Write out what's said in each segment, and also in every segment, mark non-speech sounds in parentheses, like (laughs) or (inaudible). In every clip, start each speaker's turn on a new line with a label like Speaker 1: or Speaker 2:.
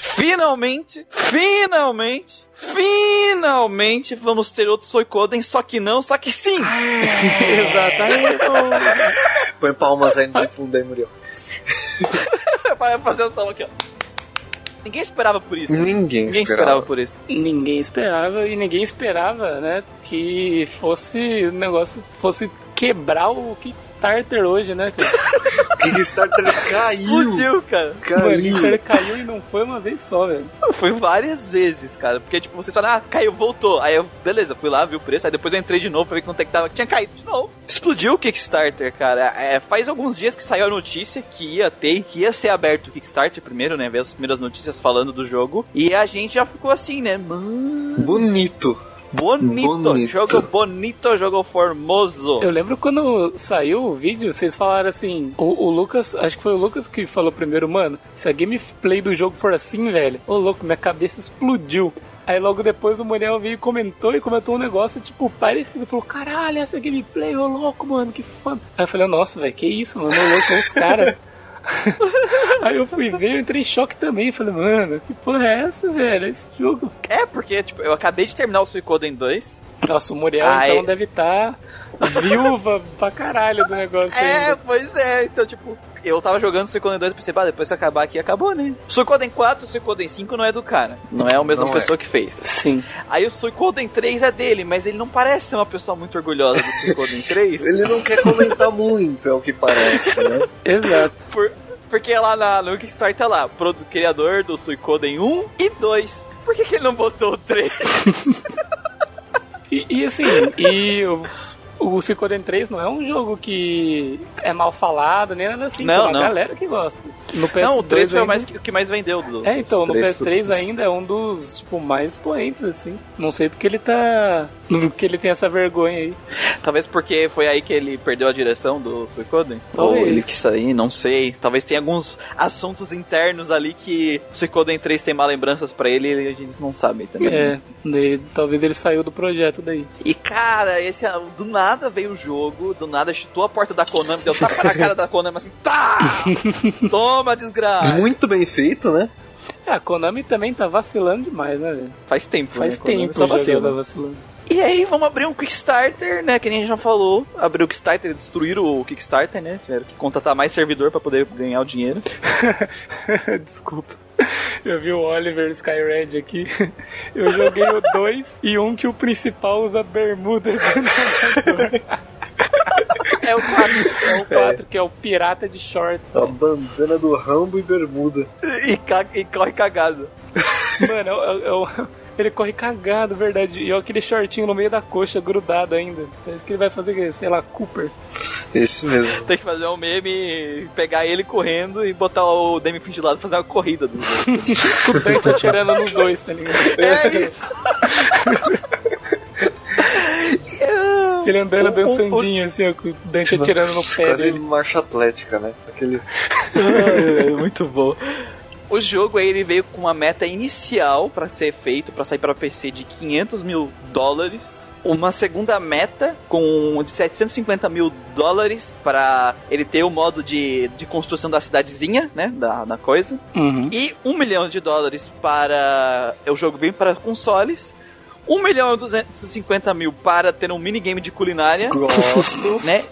Speaker 1: finalmente, finalmente, finalmente vamos ter outro Soikoden, só que não, só que sim! (laughs) Exatamente.
Speaker 2: Põe palmas aí no fundo aí, Muriel.
Speaker 1: Vai fazer as palmas aqui, ó. Ninguém esperava por isso.
Speaker 2: Ninguém,
Speaker 1: Ninguém esperava por isso.
Speaker 3: Ninguém esperava e ninguém esperava, né? Que fosse o negócio fosse quebrar o Kickstarter hoje, né? cara?
Speaker 2: O Kickstarter caiu.
Speaker 1: Explodiu, cara.
Speaker 3: Mano, o
Speaker 2: Caiu.
Speaker 3: Kickstarter caiu e não foi uma vez só, velho.
Speaker 1: Não, Foi várias vezes, cara. Porque, tipo, vocês falaram, ah, caiu, voltou. Aí eu, beleza, fui lá, vi o preço. Aí depois eu entrei de novo pra ver quanto é que tava. Tinha caído de novo. Explodiu o Kickstarter, cara. É, faz alguns dias que saiu a notícia que ia ter, que ia ser aberto o Kickstarter primeiro, né? Ver as primeiras notícias falando do jogo. E a gente já ficou assim, né? Mano,
Speaker 2: Bonito.
Speaker 1: bonito.
Speaker 2: Bonito.
Speaker 1: Jogo bonito, jogo formoso.
Speaker 3: Eu lembro quando saiu o vídeo, vocês falaram assim, o, o Lucas, acho que foi o Lucas que falou primeiro, mano, se a gameplay do jogo for assim, velho, ô louco, minha cabeça explodiu. Aí logo depois o Muriel veio e comentou e comentou um negócio, tipo, parecido. Falou, caralho, essa gameplay, ô louco, mano, que foda. Aí eu falei, nossa, velho, que isso, mano, ô louco, olha os caras. Aí eu fui ver, eu entrei em choque também. Falei, mano, que porra é essa, velho? Esse jogo.
Speaker 1: É, porque, tipo, eu acabei de terminar o Suicoden 2.
Speaker 3: Nossa, o Muriel
Speaker 1: Ai.
Speaker 3: então deve estar viúva pra caralho do negócio. né? ainda.
Speaker 1: É, pois é. Então, tipo, eu tava jogando Suicoden 2 e pensei, "Bah, depois que acabar aqui, acabou, né? Suicoden 4, Suicoden 5 não é do cara. Não é a mesma
Speaker 2: Não é.
Speaker 1: pessoa que fez.
Speaker 3: Sim.
Speaker 1: Aí o Suicoden 3 é dele, mas ele não parece ser uma pessoa muito orgulhosa do Suicoden 3.
Speaker 2: Ele não quer comentar muito, é o que parece, né?
Speaker 3: Exato.
Speaker 1: por- porque lá na, no Kickstarter tá lá, produ- criador do Suicoden 1 e 2. Por que, que ele não botou o 3?
Speaker 3: E, e assim, e o, o 543 não é um jogo que é mal falado, nem nada assim.
Speaker 1: Não,
Speaker 3: tem uma
Speaker 1: não.
Speaker 3: galera que gosta. No PS2
Speaker 1: não, o 3 foi o
Speaker 3: ainda-
Speaker 1: mais, que- o que mais vendeu do.
Speaker 3: É, então, no
Speaker 2: Os três
Speaker 3: PS3
Speaker 2: super-
Speaker 3: ainda é um dos, tipo, mais expoentes, assim. Não sei porque ele tá... Porque ele tem essa vergonha aí.
Speaker 1: Talvez porque foi aí que ele perdeu a direção do Suicoden. Ou
Speaker 3: Talvez.
Speaker 1: ele quis sair, não sei. Talvez tenha alguns assuntos internos ali que o Suicoden 3 tem má lembranças pra ele e a gente não sabe também.
Speaker 3: É, daí, talvez ele saiu do projeto daí.
Speaker 1: E cara, esse do nada veio o jogo, do nada chutou a porta da Konami, deu tapa na cara da Konami assim,
Speaker 3: (laughs)
Speaker 1: tá! Toma, desgraça!
Speaker 2: Muito bem feito, né?
Speaker 3: É, a Konami também tá vacilando demais, né, velho?
Speaker 1: Faz tempo,
Speaker 3: Faz
Speaker 1: né? Konami
Speaker 3: tempo
Speaker 1: só
Speaker 3: já que ela
Speaker 1: vacila.
Speaker 3: tá vacilando.
Speaker 1: E aí, vamos abrir um Kickstarter, né? Que nem a gente já falou. Abrir o Kickstarter, destruir o Kickstarter, né? Tiveram que contratar mais servidor pra poder ganhar o dinheiro.
Speaker 3: (laughs) Desculpa. Eu vi o Oliver Skyred aqui. Eu joguei o 2 e um que o principal usa bermuda. (laughs)
Speaker 1: É o 4.
Speaker 3: É o 4, que é o pirata de shorts.
Speaker 2: A bandana do Rambo e bermuda.
Speaker 1: e, ca- e corre cagado.
Speaker 3: Mano, eu- eu- eu- ele corre cagado, verdade. E olha aquele shortinho no meio da coxa, grudado ainda. Parece que ele vai fazer, sei lá, Cooper.
Speaker 2: Esse mesmo.
Speaker 1: Tem que fazer um meme, pegar ele correndo e botar o Demi Finn de lado fazer uma corrida do jogo.
Speaker 3: Com o Dante atirando nos dois, tá ligado?
Speaker 1: É (laughs) isso!
Speaker 3: Ele andando
Speaker 1: O- o-
Speaker 3: dançandinho, assim, ó, com o Dante atirando no pé
Speaker 2: Quase
Speaker 3: dele.
Speaker 2: marcha atlética, né? Só que ele
Speaker 1: Ai, ai, É, muito bom. O jogo aí ele veio com uma meta inicial pra ser feito, pra sair pra PC de 500 mil dólares. Uma segunda meta com de 750 mil dólares pra ele ter o modo de, de construção da cidadezinha, né? Da, da coisa.
Speaker 3: Uhum.
Speaker 1: E 1 milhão de dólares para. é O jogo vem para consoles. 1 milhão e 250 mil para ter um minigame de culinária
Speaker 2: gosto.
Speaker 1: né?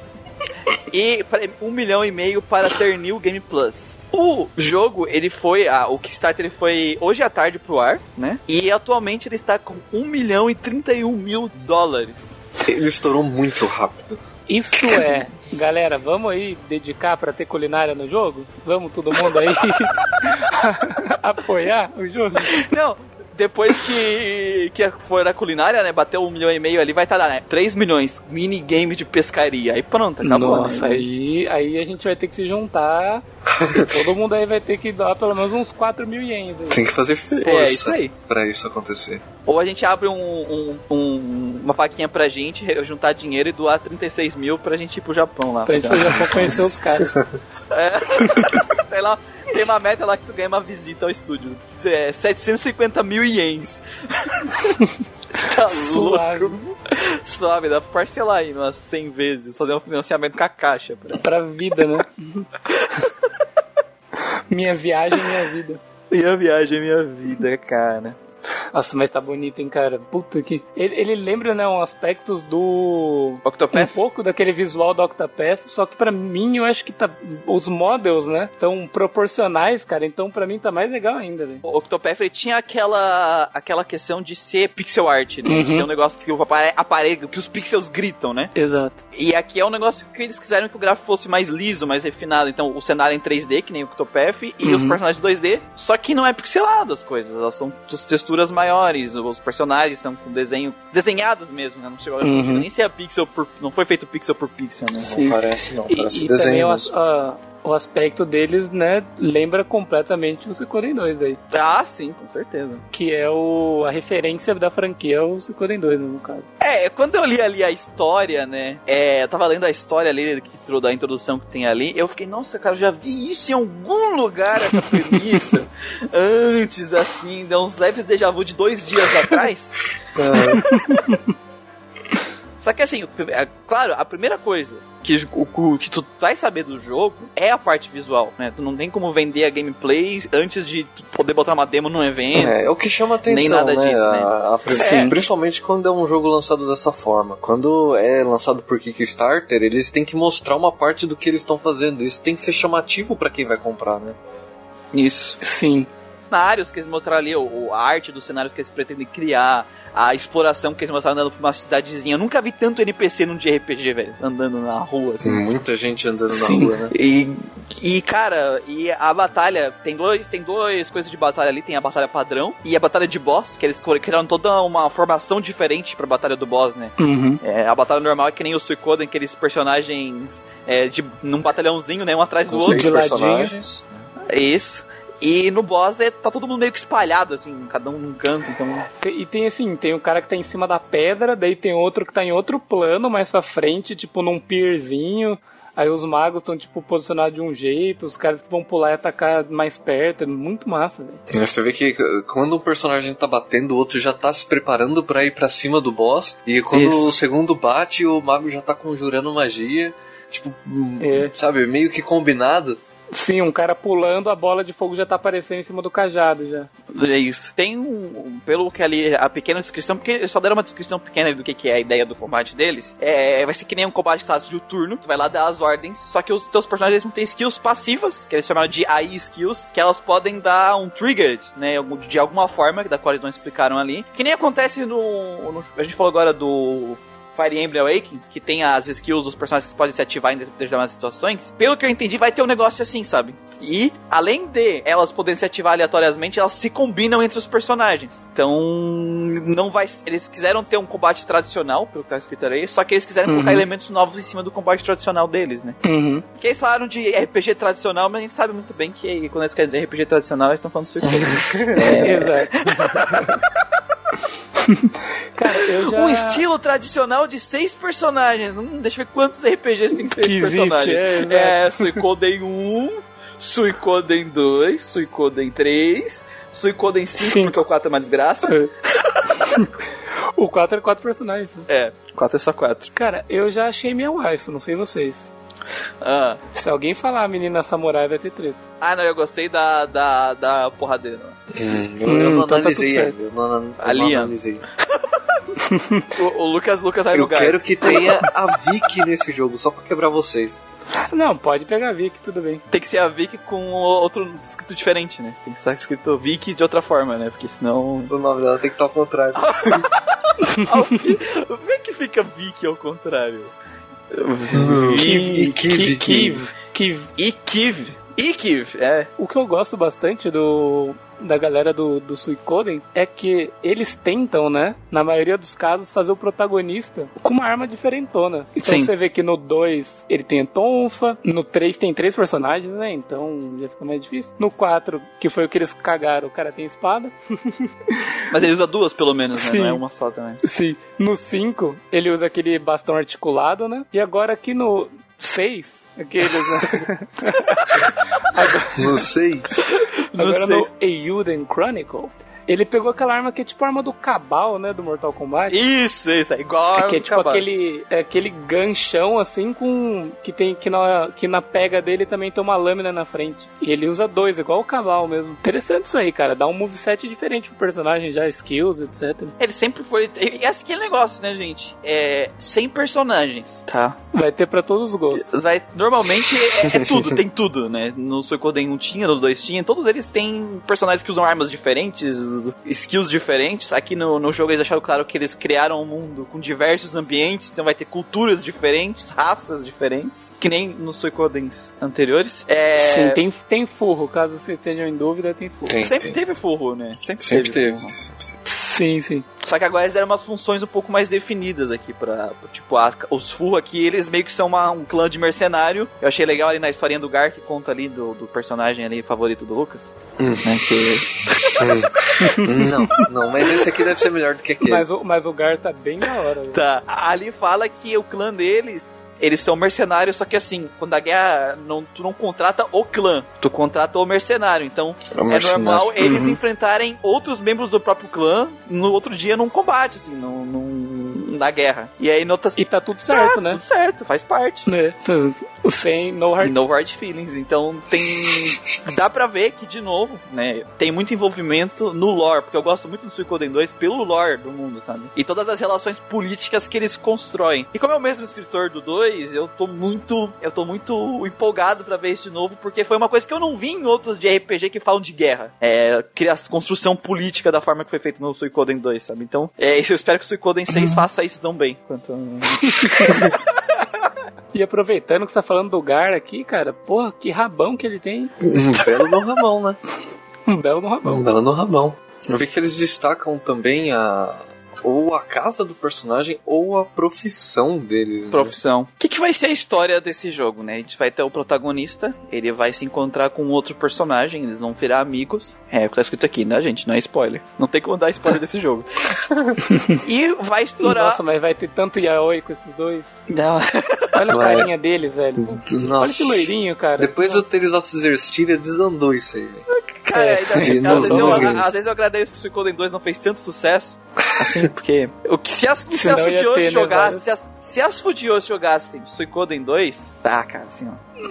Speaker 1: E pra- um milhão e meio para ter New Game Plus. O jogo, ele foi. ah, o Kickstarter ele foi hoje à tarde pro ar, né? E atualmente ele está com 1 milhão e 31 mil dólares.
Speaker 2: Ele estourou muito rápido.
Speaker 3: Isto é, galera, vamos aí dedicar pra ter culinária no jogo? Vamos todo mundo aí (laughs) apoiar o jogo?
Speaker 1: Não, depois que, que for a culinária, né? Bateu um milhão e meio ali, vai estar lá, né? 3 milhões, minigame de pescaria. Aí pronto, acabou.
Speaker 3: Nossa,
Speaker 1: né?
Speaker 3: aí, aí a gente vai ter que se juntar. Todo mundo aí vai ter que dar pelo menos uns 4 mil ienes. aí.
Speaker 2: Tem que
Speaker 1: É
Speaker 2: fazer
Speaker 1: isso
Speaker 2: força
Speaker 1: aí.
Speaker 2: pra isso acontecer.
Speaker 1: Ou a gente abre um, um- um- uma faquinha pra gente, re- juntar dinheiro e doar 36 mil pra gente ir pro Japão lá.
Speaker 3: Pra gente
Speaker 1: fazer uma-
Speaker 3: fazer pra conhecer os caras.
Speaker 1: Sei lá, tem uma meta lá que tu ganha uma visita ao estúdio. É, 750 mil ienes. (laughs) tá louco.
Speaker 3: Suave.
Speaker 1: Suave, dá pra parcelar aí umas 100 vezes, fazer um financiamento com a caixa. pra- (laughs)
Speaker 3: Pra vida, né? minha viagem, minha vida.
Speaker 1: Minha viagem, minha vida, cara.
Speaker 3: Nossa, mas tá bonito, hein, cara. Puta que. Ele, ele lembra, né, um aspectos do. Um
Speaker 1: Octopath?
Speaker 3: pouco daquele visual do Octopath, só que pra mim eu acho que tá. Os models, né? Tão proporcionais, cara. Então pra mim tá mais legal ainda, velho.
Speaker 1: O Octopath ele tinha aquela, aquela questão de ser pixel art, né? De
Speaker 3: Uhum.
Speaker 1: ser um negócio que o apare- aparelho, que os pixels gritam, né?
Speaker 3: Exato.
Speaker 1: E aqui é um negócio que eles quiseram que o gráfico fosse mais liso, mais refinado. Então, o cenário em 3D, que nem o Octopath, e
Speaker 3: Uhum.
Speaker 1: os personagens 2D, só que não é pixelado as coisas. Elas são t- texturas maiores, os personagens são com desenho desenhados mesmo, né? Não chegou acho que não
Speaker 3: Uhum.
Speaker 1: chegou nem ser a pixel por. Não foi feito pixel por pixel, né?
Speaker 2: Não parece, não.
Speaker 3: E,
Speaker 2: Parece
Speaker 3: e também
Speaker 2: desenho. né?
Speaker 3: o,
Speaker 2: mesmo.
Speaker 3: as- a- o aspecto deles, né? Lembra completamente o Suicoden 2 aí.
Speaker 1: Ah, sim, com certeza.
Speaker 3: Que é o, a referência da franquia, o Suicoden 2, no caso.
Speaker 1: É, quando eu li ali a história, né? É, eu tava lendo a história ali que tro- da introdução que tem ali, eu fiquei, nossa, cara, eu já vi isso em algum lugar, essa premissa. antes, assim, deu uns leves déjà vu de dois dias atrás.
Speaker 2: Ah.
Speaker 1: Só que assim, o prime- é, claro, a primeira coisa que, o, o que tu vai saber do jogo é a parte visual, né? Tu não tem como vender a gameplay antes de tu poder botar uma demo num evento.
Speaker 2: É, é o que chama atenção,
Speaker 1: Nem nada
Speaker 2: né?
Speaker 1: disso, né?
Speaker 2: A- a-
Speaker 1: Sim.
Speaker 2: Principalmente quando é um jogo lançado dessa forma. Quando é lançado por Kickstarter, eles têm que mostrar uma parte do que eles estão fazendo. Isso tem que ser chamativo pra quem vai comprar, né?
Speaker 1: Isso.
Speaker 3: Sim.
Speaker 1: cenários que eles mostraram ali, o, a arte dos cenários que eles pretendem criar, a exploração que eles mostraram andando por uma cidadezinha. Eu nunca vi tanto NPC num de RPG, velho, andando na rua, assim.
Speaker 2: muita gente andando
Speaker 3: Sim.
Speaker 2: rua, né?
Speaker 1: E, e, cara, e a batalha, tem dois, tem duas coisas de batalha ali, tem a batalha padrão e a batalha de boss, que eles colo- criaram toda uma formação diferente pra batalha do boss, né?
Speaker 3: Uhum.
Speaker 1: É, a batalha normal é que nem o Suicoden, aqueles personagens é, de, num batalhãozinho, né, um atrás do
Speaker 2: Com
Speaker 1: outro.
Speaker 2: seis
Speaker 3: de ladinho.
Speaker 2: personagens.
Speaker 1: É isso. E no boss é, tá todo mundo meio que espalhado, assim, cada um num canto, então...
Speaker 3: Tem- E tem assim, tem um cara que tá em cima da pedra, daí tem outro que tá em outro plano mais pra frente, tipo num pierzinho. Aí os magos estão, tipo, posicionados de um jeito, os caras que vão pular e atacar mais perto. É muito massa, velho.
Speaker 2: É, Você vê que uh, quando um personagem tá batendo, o outro já tá se preparando pra ir pra cima do boss. E quando
Speaker 1: Isso.
Speaker 2: o segundo bate, o mago já tá conjurando magia. Tipo, hum,
Speaker 3: É.
Speaker 2: sabe, meio que combinado.
Speaker 3: Sim, um cara pulando, a bola de fogo já tá aparecendo em cima do cajado já.
Speaker 1: É isso. Tem um, pelo que ali a pequena descrição, porque eles só deram uma descrição pequena do que, que é a ideia do combate deles. É, vai ser que nem um combate clássico de turno, tu vai lá dar as ordens, só que os teus personagens eles não têm skills passivas, que eles chamaram de AI skills, que elas podem dar um triggered, né, algum- de alguma forma, da qual eles não explicaram ali. Que nem acontece no, no- a gente falou agora do Fire Emblem Awakening, que tem as skills dos personagens que podem se ativar em determinadas situações, pelo que eu entendi, vai ter um negócio assim, sabe? E, além de elas poderem se ativar aleatoriamente, elas se combinam entre os personagens. Então, não vai. Eles quiseram ter um combate tradicional, pelo que tá escrito aí, só que eles quiseram colocar
Speaker 3: Uhum.
Speaker 1: elementos novos em cima do combate tradicional deles, né?
Speaker 3: Uhum.
Speaker 1: Porque eles falaram de RPG tradicional, mas a gente sabe muito bem que quando eles querem dizer RPG tradicional, eles estão falando surpresa.
Speaker 3: É, (laughs) Exato. cara, eu já...
Speaker 1: Um estilo tradicional de seis personagens. Hum, deixa eu ver quantos RPGs tem seis
Speaker 3: Que existe,
Speaker 1: personagens.
Speaker 3: é, exato.
Speaker 1: É, um, Suicoden 1, Suicoden 2, Suicoden 3, Suicoden 5,
Speaker 3: Cinco.
Speaker 1: porque o 4 é uma desgraça.
Speaker 3: (laughs) o 4 é 4 personagens. né?
Speaker 1: É, 4 é só 4.
Speaker 3: Cara, eu já achei minha wife, não sei vocês.
Speaker 1: Ah,
Speaker 3: Se alguém falar menina samurai, vai ter treta.
Speaker 1: ah não, eu gostei da, da, da porradeira.
Speaker 2: eu,
Speaker 3: Hum,
Speaker 2: eu não
Speaker 3: então tá
Speaker 2: analisei
Speaker 3: tudo
Speaker 2: ainda. Eu não, ana- eu
Speaker 1: Ali,
Speaker 2: não
Speaker 1: ó.
Speaker 2: analisei.
Speaker 1: O, o Lucas Lucas vai
Speaker 2: Eu
Speaker 1: lugar.
Speaker 2: quero que tenha a Vicky nesse jogo, só pra quebrar vocês.
Speaker 3: Não, pode pegar a Vic, tudo bem.
Speaker 1: Tem que ser a Vic com outro escrito diferente, né? Tem que estar escrito Vic de outra forma, né? Porque
Speaker 3: (laughs)
Speaker 1: senão.
Speaker 2: O nome dela tem que estar ao contrário.
Speaker 1: Ah, o que- Como é que fica Vic ao contrário?
Speaker 2: E
Speaker 3: Ki-
Speaker 2: Kiv.
Speaker 3: Kiv. Kiv.
Speaker 1: Ikiv. Ikiv, é.
Speaker 3: O que eu gosto bastante do da galera do, do Suicoden é que eles tentam, né, na maioria dos casos, fazer o protagonista com uma arma diferentona. Então
Speaker 1: Sim.
Speaker 3: você vê que no 2 ele tem a tonfa, no 3 tem três personagens, né, então já fica mais difícil. No 4, que foi o que eles cagaram, o cara tem espada. (laughs)
Speaker 1: Mas ele usa duas pelo menos, né?
Speaker 3: Sim.
Speaker 1: Não é uma só também.
Speaker 3: Sim. No 5, ele usa aquele bastão articulado, né, e agora aqui no 6, aqueles, né,
Speaker 2: Não sei.
Speaker 1: No
Speaker 3: agora no
Speaker 1: seis.
Speaker 3: Euden Chronicle... Ele pegou aquela arma que é tipo a arma do Cabal, né? Do Mortal Kombat.
Speaker 1: Isso, isso, é igual a
Speaker 3: É
Speaker 1: arma
Speaker 3: que é
Speaker 1: do
Speaker 3: tipo
Speaker 1: cavalo.
Speaker 3: aquele, é aquele ganchão assim com. que tem que na, que na pega dele também tem uma lâmina na frente. E ele usa dois, igual o cavalo mesmo. Interessante isso aí, cara. Dá um moveset diferente pro personagem, já skills, etc.
Speaker 1: Ele sempre foi. E e assim que é negócio, né, gente? É. 100 personagens. Tá.
Speaker 3: Vai ter pra todos os gostos.
Speaker 1: Vai, normalmente é, é tudo, tem tudo, né? No Suicoden 1 tinha, no 2 tinha. Todos eles têm personagens que usam armas diferentes, skills diferentes. Aqui no, no jogo eles deixaram claro que eles criaram um mundo com diversos ambientes, então vai ter culturas diferentes, raças diferentes, que nem nos Suicodens anteriores. É,
Speaker 3: Sim, tem, tem furro, caso vocês estejam em dúvida, tem furro.
Speaker 2: Tem,
Speaker 1: Sempre
Speaker 2: tem.
Speaker 1: teve furro, né? Sempre,
Speaker 2: Sempre teve.
Speaker 1: furro.
Speaker 2: sempre teve.
Speaker 3: Sim, sim.
Speaker 1: Só que agora eles deram umas funções um pouco mais definidas aqui pra. Tipo, a- os Furro aqui, eles meio que são uma- um clã de mercenário. Eu achei legal ali na historinha do Gar que conta ali do, do personagem ali favorito do Lucas. Né, que-
Speaker 2: não, não, mas esse aqui deve ser melhor do que aquele.
Speaker 3: Mas o, mas o Gar tá bem da hora. velho.
Speaker 1: Tá. Ali fala que o clã deles. Eles são mercenários, só que assim, quando a guerra. Não, tu não contrata o clã, tu contrata o mercenário. Então,
Speaker 2: É um
Speaker 1: é
Speaker 2: mercenário.
Speaker 1: normal eles enfrentarem outros membros do próprio clã no outro dia num combate, assim, num, num- na guerra. E aí, notas.
Speaker 3: E tá tudo certo,
Speaker 1: Ah,
Speaker 3: né?
Speaker 1: Tudo certo, faz parte.
Speaker 3: né? O Sem no
Speaker 1: E
Speaker 3: hard.
Speaker 1: no hard feelings. Então tem. Dá pra ver que, de novo, né? Tem muito envolvimento no lore, porque eu gosto muito do Suicoden 2 pelo lore do mundo, sabe? E todas as relações políticas que eles constroem. E como é o mesmo escritor do 2, eu tô muito. Eu tô muito empolgado pra ver isso de novo, porque foi uma coisa que eu não vi em outros de RPG que falam de guerra. É, criar construção política da forma que foi feito no Suicoden 2, sabe? Então, é, isso eu espero que o Suicoden 6 faça isso tão bem quanto.
Speaker 3: E aproveitando que você tá falando do Gar aqui, cara, porra, que rabão que ele tem.
Speaker 2: Um belo no rabão, né?
Speaker 3: Um belo no rabão.
Speaker 2: Um belo no rabão. Eu vi que eles destacam também a. Ou a casa do personagem ou a profissão deles. né?
Speaker 1: profissão. O que, que vai ser a história desse jogo, né? A gente vai ter o protagonista, ele vai se encontrar com outro personagem, eles vão virar amigos. É, o que tá escrito aqui, né, gente? Não é spoiler. Não tem como dar spoiler desse
Speaker 3: (laughs)
Speaker 1: jogo. e vai estourar.
Speaker 3: Nossa, mas vai ter tanto yaoi com esses dois.
Speaker 1: Não.
Speaker 3: Olha a
Speaker 2: Vai.
Speaker 3: carinha deles, velho. Olha
Speaker 2: Nossa. É.
Speaker 3: que loirinho, cara.
Speaker 2: Depois do Tales of Zestiria desandou isso aí. velho.
Speaker 1: (laughs) Cara,
Speaker 3: (laughs) É,
Speaker 1: ainda- às,
Speaker 2: de
Speaker 1: vezes eu,
Speaker 2: noção,
Speaker 1: a-
Speaker 2: gente.
Speaker 1: às vezes eu agradeço que o Suicoden 2 não fez tanto sucesso. Assim, porque. O que se as, se
Speaker 3: Senão
Speaker 1: as
Speaker 3: ia
Speaker 1: Fudios
Speaker 3: ter, né,
Speaker 1: jogassem.
Speaker 3: vários.
Speaker 1: Se as, se as Fudios jogassem Suicoden 2. Tá, cara, assim, ó.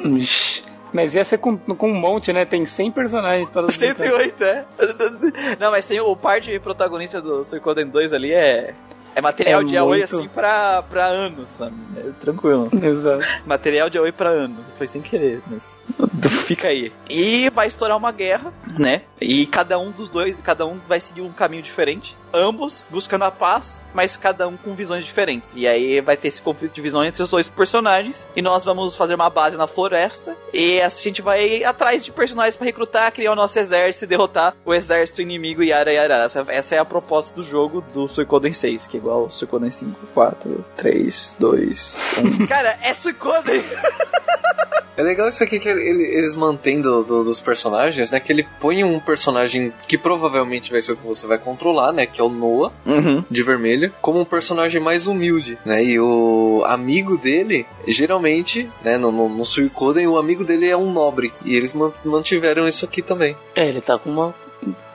Speaker 3: Mas ia ser com, com um monte, né? Tem 100 personagens para os
Speaker 1: 108, é. (laughs) Não, mas tem o par de protagonista do Suicoden 2 ali é. É material
Speaker 3: É
Speaker 1: de Aoi
Speaker 3: muito.
Speaker 1: assim pra, pra anos, sabe? É tranquilo.
Speaker 3: Exato.
Speaker 1: Material de Aoi pra anos. Foi sem querer, mas. (laughs) Fica aí. E vai estourar uma guerra, né? E cada um dos dois, cada um vai seguir um caminho diferente. Ambos buscando a paz, mas cada um com visões diferentes. E aí vai ter esse conflito de visão entre os dois personagens. E nós vamos fazer uma base na floresta. E a gente vai atrás de personagens pra recrutar, criar o nosso exército e derrotar o exército inimigo Yara Yara. Essa, essa é a proposta do jogo do Suicoden 6, que é igual ao Suicoden 5, 4, 3, 2, 1. (laughs) Cara, é Suicoden!
Speaker 2: É legal isso aqui que ele- eles mantêm do- do- dos personagens, né? Que ele põe um personagem que provavelmente vai ser o que você vai controlar, né? Que é o Noah.
Speaker 1: Uhum.
Speaker 2: de vermelho, como um personagem mais humilde, né? E o amigo dele, geralmente, né, no, no, no Suicoden, o amigo dele é um nobre. E eles man- mantiveram isso aqui também.
Speaker 3: É, ele tá com uma.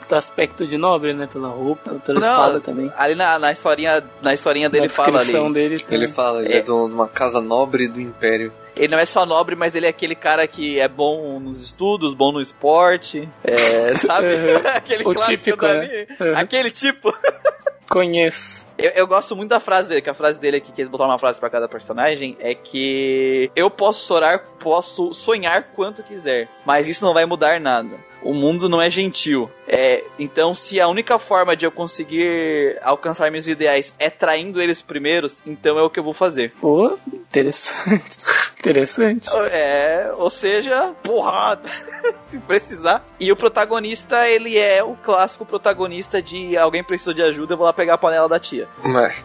Speaker 3: tá aspecto de nobre, né? Pela roupa, pela
Speaker 1: Não,
Speaker 3: espada também.
Speaker 1: Ali na, na historinha, na historinha dele
Speaker 3: Na
Speaker 1: fala ali.
Speaker 3: descrição dele. tem-
Speaker 2: Ele fala, ele é, de uma casa nobre do Império.
Speaker 1: Ele não é só nobre, mas ele é aquele cara que é bom nos estudos, bom no esporte. É, sabe?
Speaker 3: (laughs) Uhum.
Speaker 1: (laughs) aquele
Speaker 3: O
Speaker 1: clássico
Speaker 3: típico,
Speaker 1: dali.
Speaker 3: Uhum.
Speaker 1: Aquele tipo.
Speaker 3: Conheço.
Speaker 1: Eu, eu gosto muito da frase dele, que a frase dele aqui, que eles botaram uma frase pra cada personagem, é que eu posso chorar, posso sonhar quanto quiser, mas isso não vai mudar nada. O mundo não é gentil. É, então, se a única forma de eu conseguir alcançar meus ideais é traindo eles primeiros, então é o que eu vou fazer.
Speaker 3: Pô, interessante. (laughs) interessante.
Speaker 1: É, ou seja, porrada, (laughs) se precisar. E o protagonista, ele é o clássico protagonista de alguém precisou de ajuda, eu vou lá pegar a panela da tia.
Speaker 2: Mas,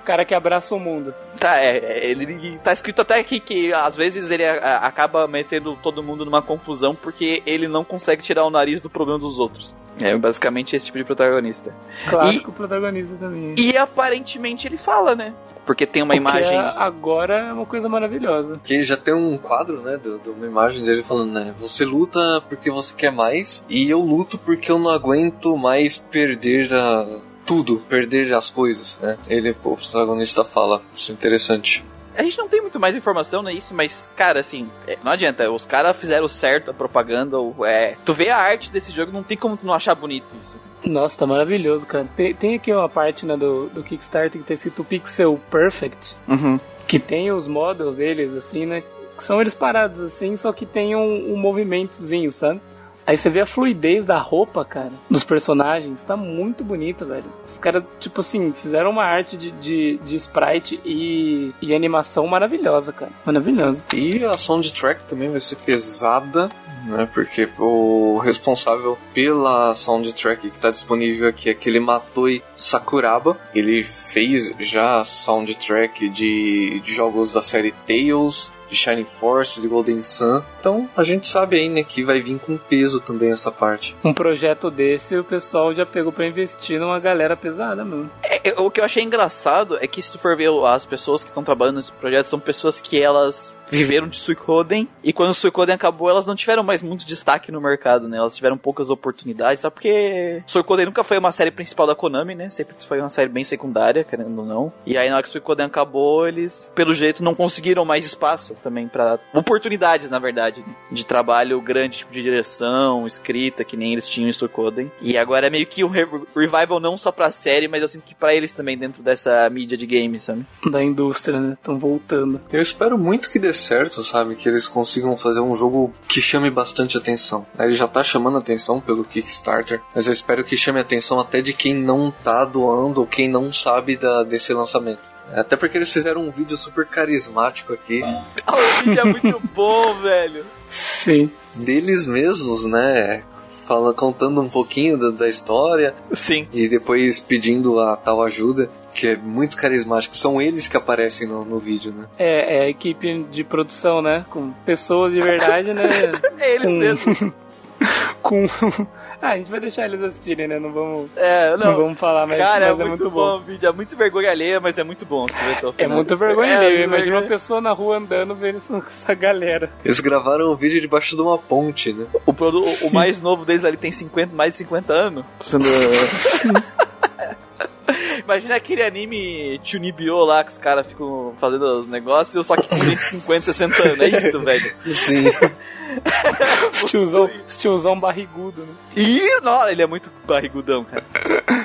Speaker 3: O cara que abraça o mundo.
Speaker 1: Tá, é, é, ele tá escrito até aqui que às vezes ele a- a- acaba metendo todo mundo numa confusão porque ele não consegue tirar o nariz do problema dos outros. É basicamente esse tipo de protagonista.
Speaker 3: Clássico protagonista também.
Speaker 1: E aparentemente ele fala, né? Porque tem uma
Speaker 3: O que é-
Speaker 1: imagem.
Speaker 3: agora é uma coisa maravilhosa.
Speaker 2: Que já tem um quadro, né, do- de uma imagem dele falando, né, você luta porque você quer mais e eu luto porque eu não aguento mais perder a- tudo, perder as coisas, né? Ele, o protagonista fala, isso é interessante.
Speaker 1: A gente não tem muito mais informação nisso, mas, cara, assim, é, não adianta. Os caras fizeram certo a propaganda. o- É, tu vê a arte desse jogo, não tem como tu não achar bonito isso.
Speaker 3: Nossa, tá maravilhoso, cara. Tem, tem aqui uma parte né, do, do Kickstarter que tá escrito Pixel Perfect,
Speaker 1: Uhum.
Speaker 3: que tem os models deles, assim, né? Que são eles parados assim, só que tem um, um movimentozinho, sabe? Aí você vê a fluidez da roupa, cara, dos personagens, tá muito bonito, velho. Os caras, tipo assim, fizeram uma arte de, de, de sprite e, e animação maravilhosa, cara. Maravilhoso.
Speaker 2: E a soundtrack também vai ser pesada, né? Porque o responsável pela soundtrack que tá disponível aqui é aquele Matoi Sakuraba. Ele fez já soundtrack de, de jogos da série Tales, de Shining Force, de Golden Sun. Então a gente sabe aí, né, que vai vir com peso também essa parte.
Speaker 3: Um projeto desse, o pessoal já pegou pra investir numa galera pesada, mano.
Speaker 1: É, é, o que eu achei engraçado é que, se tu for ver as pessoas que estão trabalhando nesse projeto, são pessoas que elas viveram de Suikoden. E quando o Suikoden acabou, elas não tiveram mais muito destaque no mercado, né? Elas tiveram poucas oportunidades, só porque Suikoden nunca foi uma série principal da Konami, né? Sempre foi uma série bem secundária, querendo ou não. E aí, na hora que Suikoden acabou, eles, pelo jeito, não conseguiram mais espaço também pra oportunidades, na verdade, né? de trabalho grande, tipo de direção, escrita, que nem eles tinham em Suikoden. E agora é meio que um re- revival não só pra série, mas eu sinto que pra eles também dentro dessa mídia de games, sabe?
Speaker 3: Da indústria, né? Estão voltando.
Speaker 2: Eu espero muito que dê certo, sabe? Que eles consigam fazer um jogo que chame bastante atenção. Ele já tá chamando atenção pelo Kickstarter, mas eu espero que chame atenção até de quem não tá doando ou quem não sabe da, desse lançamento. Até porque eles fizeram um vídeo super carismático aqui,
Speaker 1: Ah, o vídeo é muito (laughs) bom, velho.
Speaker 3: Sim.
Speaker 2: deles mesmos, né? Fala, contando um pouquinho da, da história
Speaker 1: Sim.
Speaker 2: e depois pedindo a tal ajuda, que é muito carismático. São eles que aparecem no, no vídeo, né?
Speaker 3: É, é a equipe de produção, né? Com pessoas de
Speaker 1: (laughs)
Speaker 3: verdade, né?
Speaker 1: É eles
Speaker 3: Com-
Speaker 1: mesmo.
Speaker 3: Com. (laughs) ah, a gente vai deixar eles assistirem, né? Não vamos,
Speaker 1: É,
Speaker 3: não.
Speaker 1: não.
Speaker 3: vamos falar, mas,
Speaker 1: Cara, é,
Speaker 3: mas
Speaker 1: muito bom o vídeo. É muito vergonha alheia, mas é muito bom. Se tu ver até o
Speaker 3: É
Speaker 1: final.
Speaker 3: muito vergonha
Speaker 1: É,
Speaker 3: alheia.
Speaker 1: muito
Speaker 3: Imagina uma
Speaker 1: vergonha.
Speaker 3: pessoa na rua andando vendo essa, essa galera.
Speaker 2: Eles gravaram o vídeo debaixo de uma ponte, né?
Speaker 1: o, produ- o mais novo deles ali tem 50, mais de 50 anos. Imagina aquele anime Chunibyo lá que os caras ficam fazendo os negócios, só que com gente de 50, 60 anos. É isso, velho.
Speaker 2: Sim.
Speaker 3: Esse tiozão, esse tiozão barrigudo, né?
Speaker 1: Ih, nossa, ele é muito barrigudão, cara.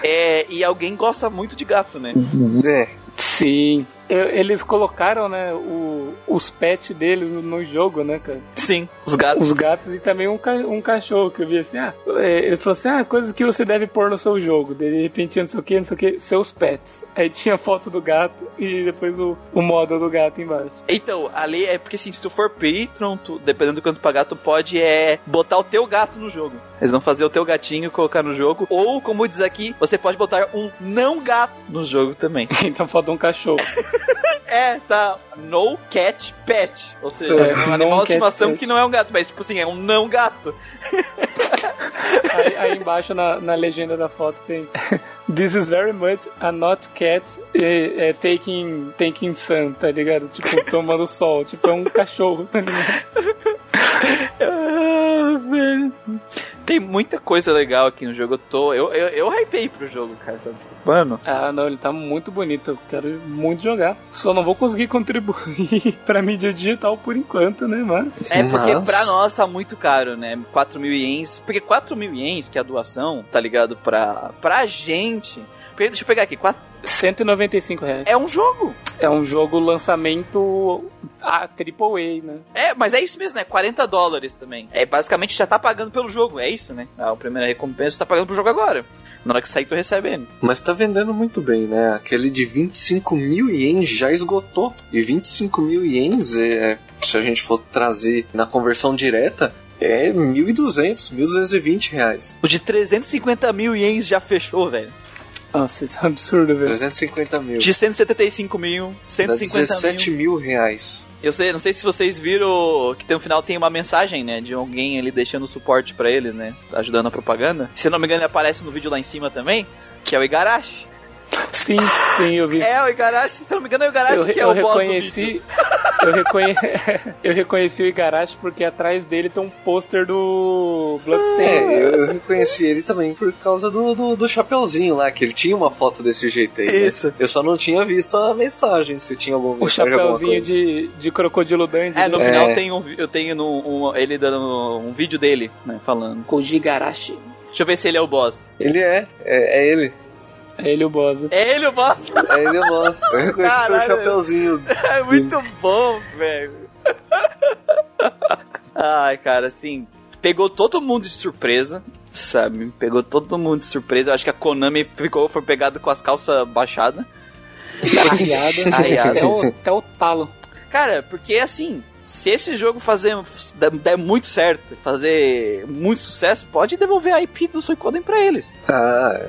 Speaker 1: É, e alguém gosta muito de gato, né?
Speaker 2: (laughs) É,
Speaker 3: Sim. Eu- Eles colocaram, né, o- os pets deles no- no jogo, né, cara?
Speaker 1: Sim, os gatos.
Speaker 3: Os gatos e também um, ca- um cachorro que eu vi assim, ah, é, ele falou assim, ah, coisas que você deve pôr no seu jogo, de repente não sei o que, não sei o que, seus pets. Aí tinha a foto do gato e depois o, o model do gato embaixo. (laughs)
Speaker 1: Então, ali é porque assim, se tu for Patreon, tu, dependendo do quanto pagar, tu pode é botar o teu gato no jogo. Eles vão fazer o teu gatinho colocar no jogo. Ou, como diz aqui, você pode botar um não gato no jogo também.
Speaker 3: Então falta um cachorro.
Speaker 1: É, tá. No cat pet. Ou seja,
Speaker 3: É,
Speaker 1: é um
Speaker 3: no
Speaker 1: animal de
Speaker 3: cat
Speaker 1: estimação
Speaker 3: pet.
Speaker 1: que não é um gato, mas tipo assim, é um não gato.
Speaker 3: Aí, aí embaixo na, na legenda da foto tem (laughs) This is very much a not cat eh, eh, taking, taking sun, tá ligado? Tipo, tomando sol, tipo, é um cachorro, tá ligado?
Speaker 1: Ah, velho. Tem muita coisa legal aqui no jogo. Eu tô. Eu, eu, eu hypei pro jogo, cara. Sabe? Tipo, Mano.
Speaker 3: Ah, não, ele tá muito bonito, eu quero muito jogar. Só não vou conseguir contribuir (laughs) pra mídia digital por enquanto, né, mas...
Speaker 1: É porque
Speaker 2: Mas-
Speaker 1: pra nós tá muito caro, né? 4 mil ienes. Porque 4 mil ienes, que é a doação, tá ligado? Pra, pra gente. Porque, deixa eu pegar aqui. 4,
Speaker 3: 195 reais.
Speaker 1: é um jogo.
Speaker 3: É um jogo lançamento a AAA, né?
Speaker 1: É, mas é isso mesmo, né? 40 dólares também. É, basicamente já tá pagando pelo jogo, é isso, né? A primeira recompensa tá pagando pro jogo agora. Na hora que sair, tu recebe ele.
Speaker 2: Mas tá vendendo muito bem, né? Aquele de 25 mil ienes já esgotou. E 25 mil ienes, é, se a gente for trazer na conversão direta, é 1.200, 1.220 reais.
Speaker 1: O de 350 mil ienes já fechou, velho.
Speaker 3: Nossa, isso é um absurdo, velho.
Speaker 2: 350 mil.
Speaker 1: De 175 mil,
Speaker 2: Dá
Speaker 1: 150
Speaker 2: 17
Speaker 1: mil.
Speaker 2: mil reais.
Speaker 1: Eu sei, não sei se vocês viram que tem no final tem uma mensagem, né? De alguém ali deixando suporte pra eles, né? Ajudando a propaganda. Se eu não me engano, ele aparece no vídeo lá em cima também, que é o Igarashi.
Speaker 3: Sim, sim, eu vi.
Speaker 1: É, o Igarashi, se eu não me engano, é o Igarashi
Speaker 3: eu,
Speaker 1: que é
Speaker 3: eu
Speaker 1: o boss do bicho.
Speaker 3: reconheci. (laughs) Eu, reconhe... (laughs) eu reconheci o Igarashi porque atrás dele tem um pôster do Bloodstained.
Speaker 2: É, eu eu reconheci ele também por causa do, do, do chapeuzinho lá, que ele tinha uma foto desse jeito aí. né?
Speaker 1: Isso.
Speaker 2: Eu só não tinha visto a mensagem, se tinha alguma
Speaker 3: O
Speaker 2: mensagem, alguma
Speaker 3: chapéuzinho
Speaker 2: coisa.
Speaker 3: de, de crocodilo dandy.
Speaker 1: É, no
Speaker 3: né?
Speaker 1: final tem um, vi- eu tenho no- um- ele dando um vídeo dele, né, falando.
Speaker 3: Koji Igarashi.
Speaker 1: Deixa eu ver se ele é o boss.
Speaker 2: Ele é, é, é ele.
Speaker 3: É ele o boss.
Speaker 1: É ele o boss? (laughs)
Speaker 2: É ele, nosso. Eu reconheci pelo
Speaker 1: Caralho.
Speaker 2: chapeuzinho.
Speaker 1: É muito bom, velho. (laughs) Ai, cara, assim, pegou todo mundo de surpresa, sabe? Pegou todo mundo de surpresa. Eu acho que a Konami ficou, foi pegado com as calças baixadas.
Speaker 3: Arriado.
Speaker 1: Arriado.
Speaker 3: Até Tá. é o, até o talo.
Speaker 1: Cara, porque assim, se esse jogo fazer der, der muito certo, fazer muito sucesso, pode devolver a IP do Suicoden pra eles.
Speaker 2: Ah,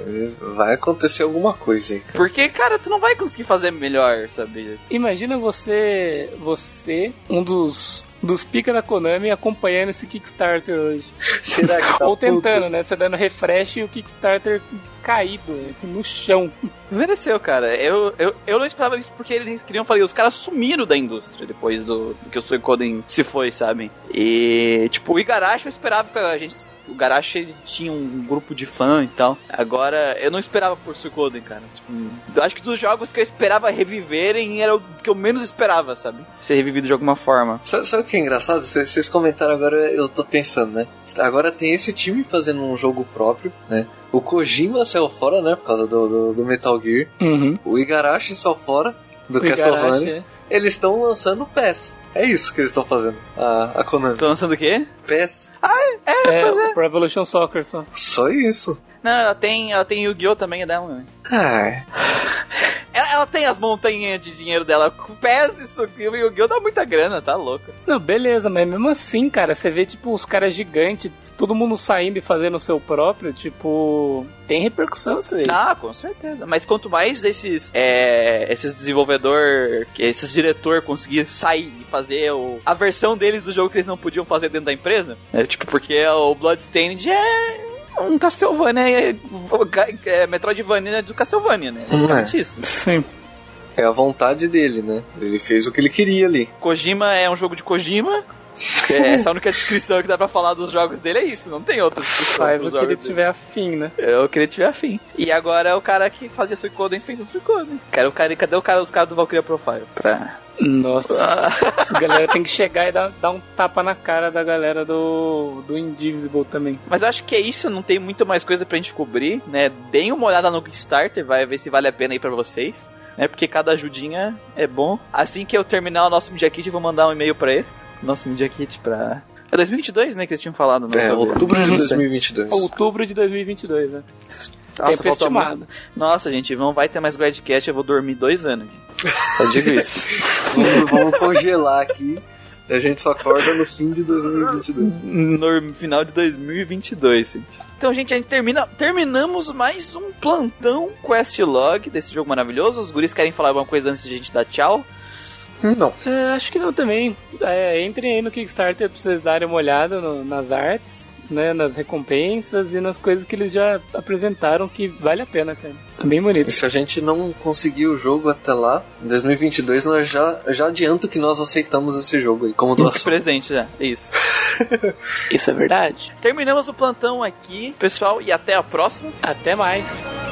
Speaker 2: vai acontecer alguma coisa aí, cara.
Speaker 1: Porque, cara, tu não vai conseguir fazer melhor, sabe?
Speaker 3: Imagina você, você, um dos, dos pica da Konami, acompanhando esse Kickstarter hoje.
Speaker 2: Será que tá
Speaker 3: Ou tentando,
Speaker 2: puto?
Speaker 3: né? Você dando refresh e o Kickstarter caído né? no chão.
Speaker 1: Mereceu, cara. Eu, eu, eu não esperava isso porque eles queriam, falei, os caras sumiram da indústria depois do, do que o Suicoden se foi, sabe? E, tipo, o Igarashi eu esperava que a gente. O Igarashi ele tinha um grupo de fã e tal. Agora, eu não esperava por Suicoden, cara. Tipo, eu acho que dos jogos que eu esperava reviverem era o que eu menos esperava, sabe? Ser revivido de alguma forma.
Speaker 2: Sabe, sabe o que é engraçado? Vocês vocês comentaram agora, eu tô pensando, né? Agora tem esse time fazendo um jogo próprio, né? O Kojima saiu fora, né? Por causa do, do, do Metal Gear.
Speaker 3: Uhum.
Speaker 2: O Igarashi saiu fora do
Speaker 3: O Igarashi,
Speaker 2: Castlevania.
Speaker 3: é.
Speaker 2: Eles estão lançando o PES. É isso que eles estão fazendo. A, a Konami.
Speaker 1: Tô lançando o quê?
Speaker 2: PES.
Speaker 3: É, o Pro Evolution Soccer só.
Speaker 2: Só isso.
Speaker 1: Não, ela tem, ela tem Yu-Gi-Oh! também, é dela, né?
Speaker 2: Ah,
Speaker 1: Ela, ela tem as montanhas de dinheiro dela. Pese isso, e o Yu-Gi-Oh! dá muita grana, tá louca.
Speaker 3: Não, beleza, mas mesmo assim, cara, você vê, tipo, os caras gigantes, todo mundo saindo e fazendo o seu próprio, tipo, tem repercussão isso aí.
Speaker 1: Ah, com certeza. Mas quanto mais esses, é, esses desenvolvedor, que- esses diretor conseguir sair e fazer o- a versão deles do jogo que eles não podiam fazer dentro da empresa, é, tipo, porque o Bloodstained é um Castlevania, é, é Metroidvania do Castlevania, né? Exatamente isso.
Speaker 3: Sim.
Speaker 2: é a vontade dele, né? Ele fez o que ele queria ali.
Speaker 1: Kojima é um jogo de Kojima. É, só a única descrição que dá pra falar dos jogos dele é isso, não tem outra descrição
Speaker 3: Faz
Speaker 1: pros
Speaker 3: o que ele
Speaker 1: jogos dele.
Speaker 3: tiver afim, né?
Speaker 1: Eu queria tiver afim. E agora é o cara que fazia Suicoden fez um Suicoden. Cara, o cara, cadê o cara, os caras do Valkyria Profile? Pra...
Speaker 3: Nossa, essa galera tem que chegar e dar, dar um tapa na cara da galera do, do Indivisible também.
Speaker 1: Mas eu acho que é isso, não tem muito mais coisa pra gente cobrir, né? Deem uma olhada no Kickstarter, vai ver se vale a pena aí pra vocês. Né? Porque cada ajudinha é bom. Assim que eu terminar o nosso Media Kit, eu vou mandar um e-mail pra eles. Nosso Media Kit pra... É 2022, né, que eles tinham falado. Não
Speaker 2: É,
Speaker 1: sabia.
Speaker 2: outubro de 2022.
Speaker 3: Outubro de 2022, né?
Speaker 1: Nossa,
Speaker 3: Tempo
Speaker 1: faltou
Speaker 3: estimado.
Speaker 1: muito. Nossa, gente, não vai ter mais Gradcast, eu vou dormir dois anos.
Speaker 2: (laughs)
Speaker 1: Tá Só digo isso.
Speaker 2: Vamos, vamos congelar aqui. A gente só acorda no fim de 2022.
Speaker 1: no final de 2022, gente. Então, gente, a gente termina, terminamos mais um plantão quest log desse jogo maravilhoso. Os guris querem falar alguma coisa antes de a gente dar tchau.
Speaker 2: Não.
Speaker 3: É, acho que não também. É, entrem aí no Kickstarter pra vocês darem uma olhada no- nas artes, né? Nas recompensas e nas coisas que eles já apresentaram que vale a pena, cara. Tá bem bonito.
Speaker 2: E se a gente não conseguir o jogo até lá, em 2022, nós já, já adianto que nós aceitamos esse jogo aí como doação.
Speaker 1: Presente, né? É Isso.
Speaker 3: Isso é verdade.
Speaker 1: Terminamos o plantão aqui, pessoal, e até a próxima.
Speaker 3: Até mais.